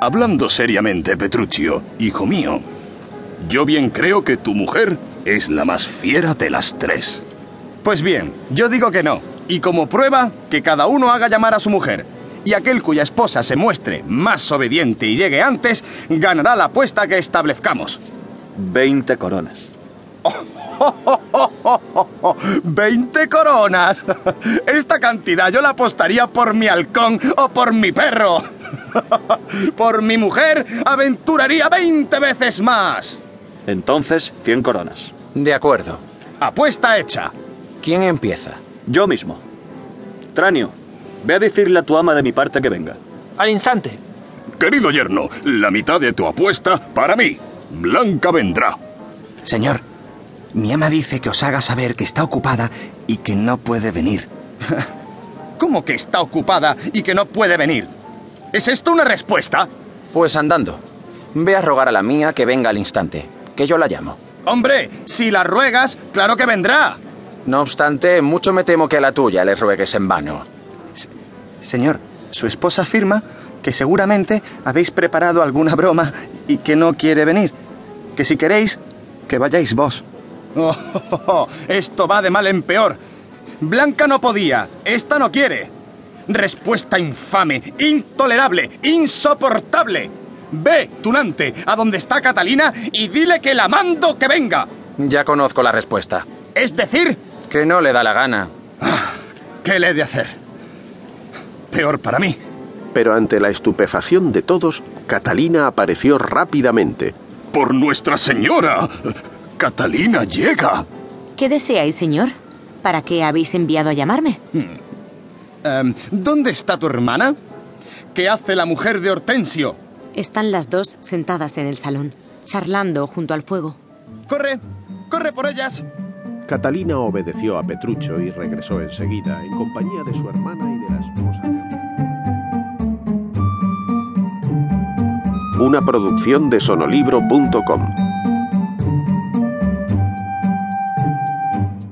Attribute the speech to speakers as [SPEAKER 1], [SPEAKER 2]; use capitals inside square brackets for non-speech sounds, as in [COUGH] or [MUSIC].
[SPEAKER 1] Hablando seriamente, Petruccio, hijo mío, yo bien creo que tu mujer es la más fiera de las tres.
[SPEAKER 2] Pues bien, yo digo que no. Y como prueba, que cada uno haga llamar a su mujer. Y aquel cuya esposa se muestre más obediente y llegue antes, ganará la apuesta que establezcamos.
[SPEAKER 3] 20 coronas.
[SPEAKER 2] ¡20 coronas! [LAUGHS] Esta cantidad yo la apostaría por mi halcón o por mi perro. [LAUGHS] Por mi mujer aventuraría 20 veces más.
[SPEAKER 3] Entonces, 100 coronas.
[SPEAKER 4] De acuerdo.
[SPEAKER 2] Apuesta hecha.
[SPEAKER 4] ¿Quién empieza?
[SPEAKER 3] Yo mismo. Tranio, ve a decirle a tu ama de mi parte que venga.
[SPEAKER 5] Al instante.
[SPEAKER 1] Querido yerno, la mitad de tu apuesta para mí. Blanca vendrá.
[SPEAKER 6] Señor, mi ama dice que os haga saber que está ocupada y que no puede venir.
[SPEAKER 2] [LAUGHS] ¿Cómo que está ocupada y que no puede venir? ¿Es esto una respuesta?
[SPEAKER 4] Pues andando. Ve a rogar a la mía que venga al instante, que yo la llamo.
[SPEAKER 2] Hombre, si la ruegas, claro que vendrá.
[SPEAKER 4] No obstante, mucho me temo que a la tuya le ruegues en vano.
[SPEAKER 6] Se señor, su esposa afirma que seguramente habéis preparado alguna broma y que no quiere venir. Que si queréis, que vayáis vos.
[SPEAKER 2] Oh, oh, [LAUGHS] oh, esto va de mal en peor. Blanca no podía, esta no quiere. Respuesta infame, intolerable, insoportable. Ve, Tunante, a donde está Catalina y dile que la mando que venga.
[SPEAKER 4] Ya conozco la respuesta.
[SPEAKER 2] Es decir...
[SPEAKER 4] Que no le da la gana.
[SPEAKER 2] ¿Qué le he de hacer? Peor para mí.
[SPEAKER 7] Pero ante la estupefacción de todos, Catalina apareció rápidamente.
[SPEAKER 1] ¡Por Nuestra Señora! Catalina llega.
[SPEAKER 8] ¿Qué deseáis, señor? ¿Para qué habéis enviado a llamarme?
[SPEAKER 2] Um, ¿Dónde está tu hermana? ¿Qué hace la mujer de Hortensio?
[SPEAKER 8] Están las dos sentadas en el salón, charlando junto al fuego.
[SPEAKER 2] ¡Corre! ¡Corre por ellas!
[SPEAKER 7] Catalina obedeció a Petrucho y regresó enseguida, en compañía de su hermana y de la esposa de Una producción de sonolibro.com.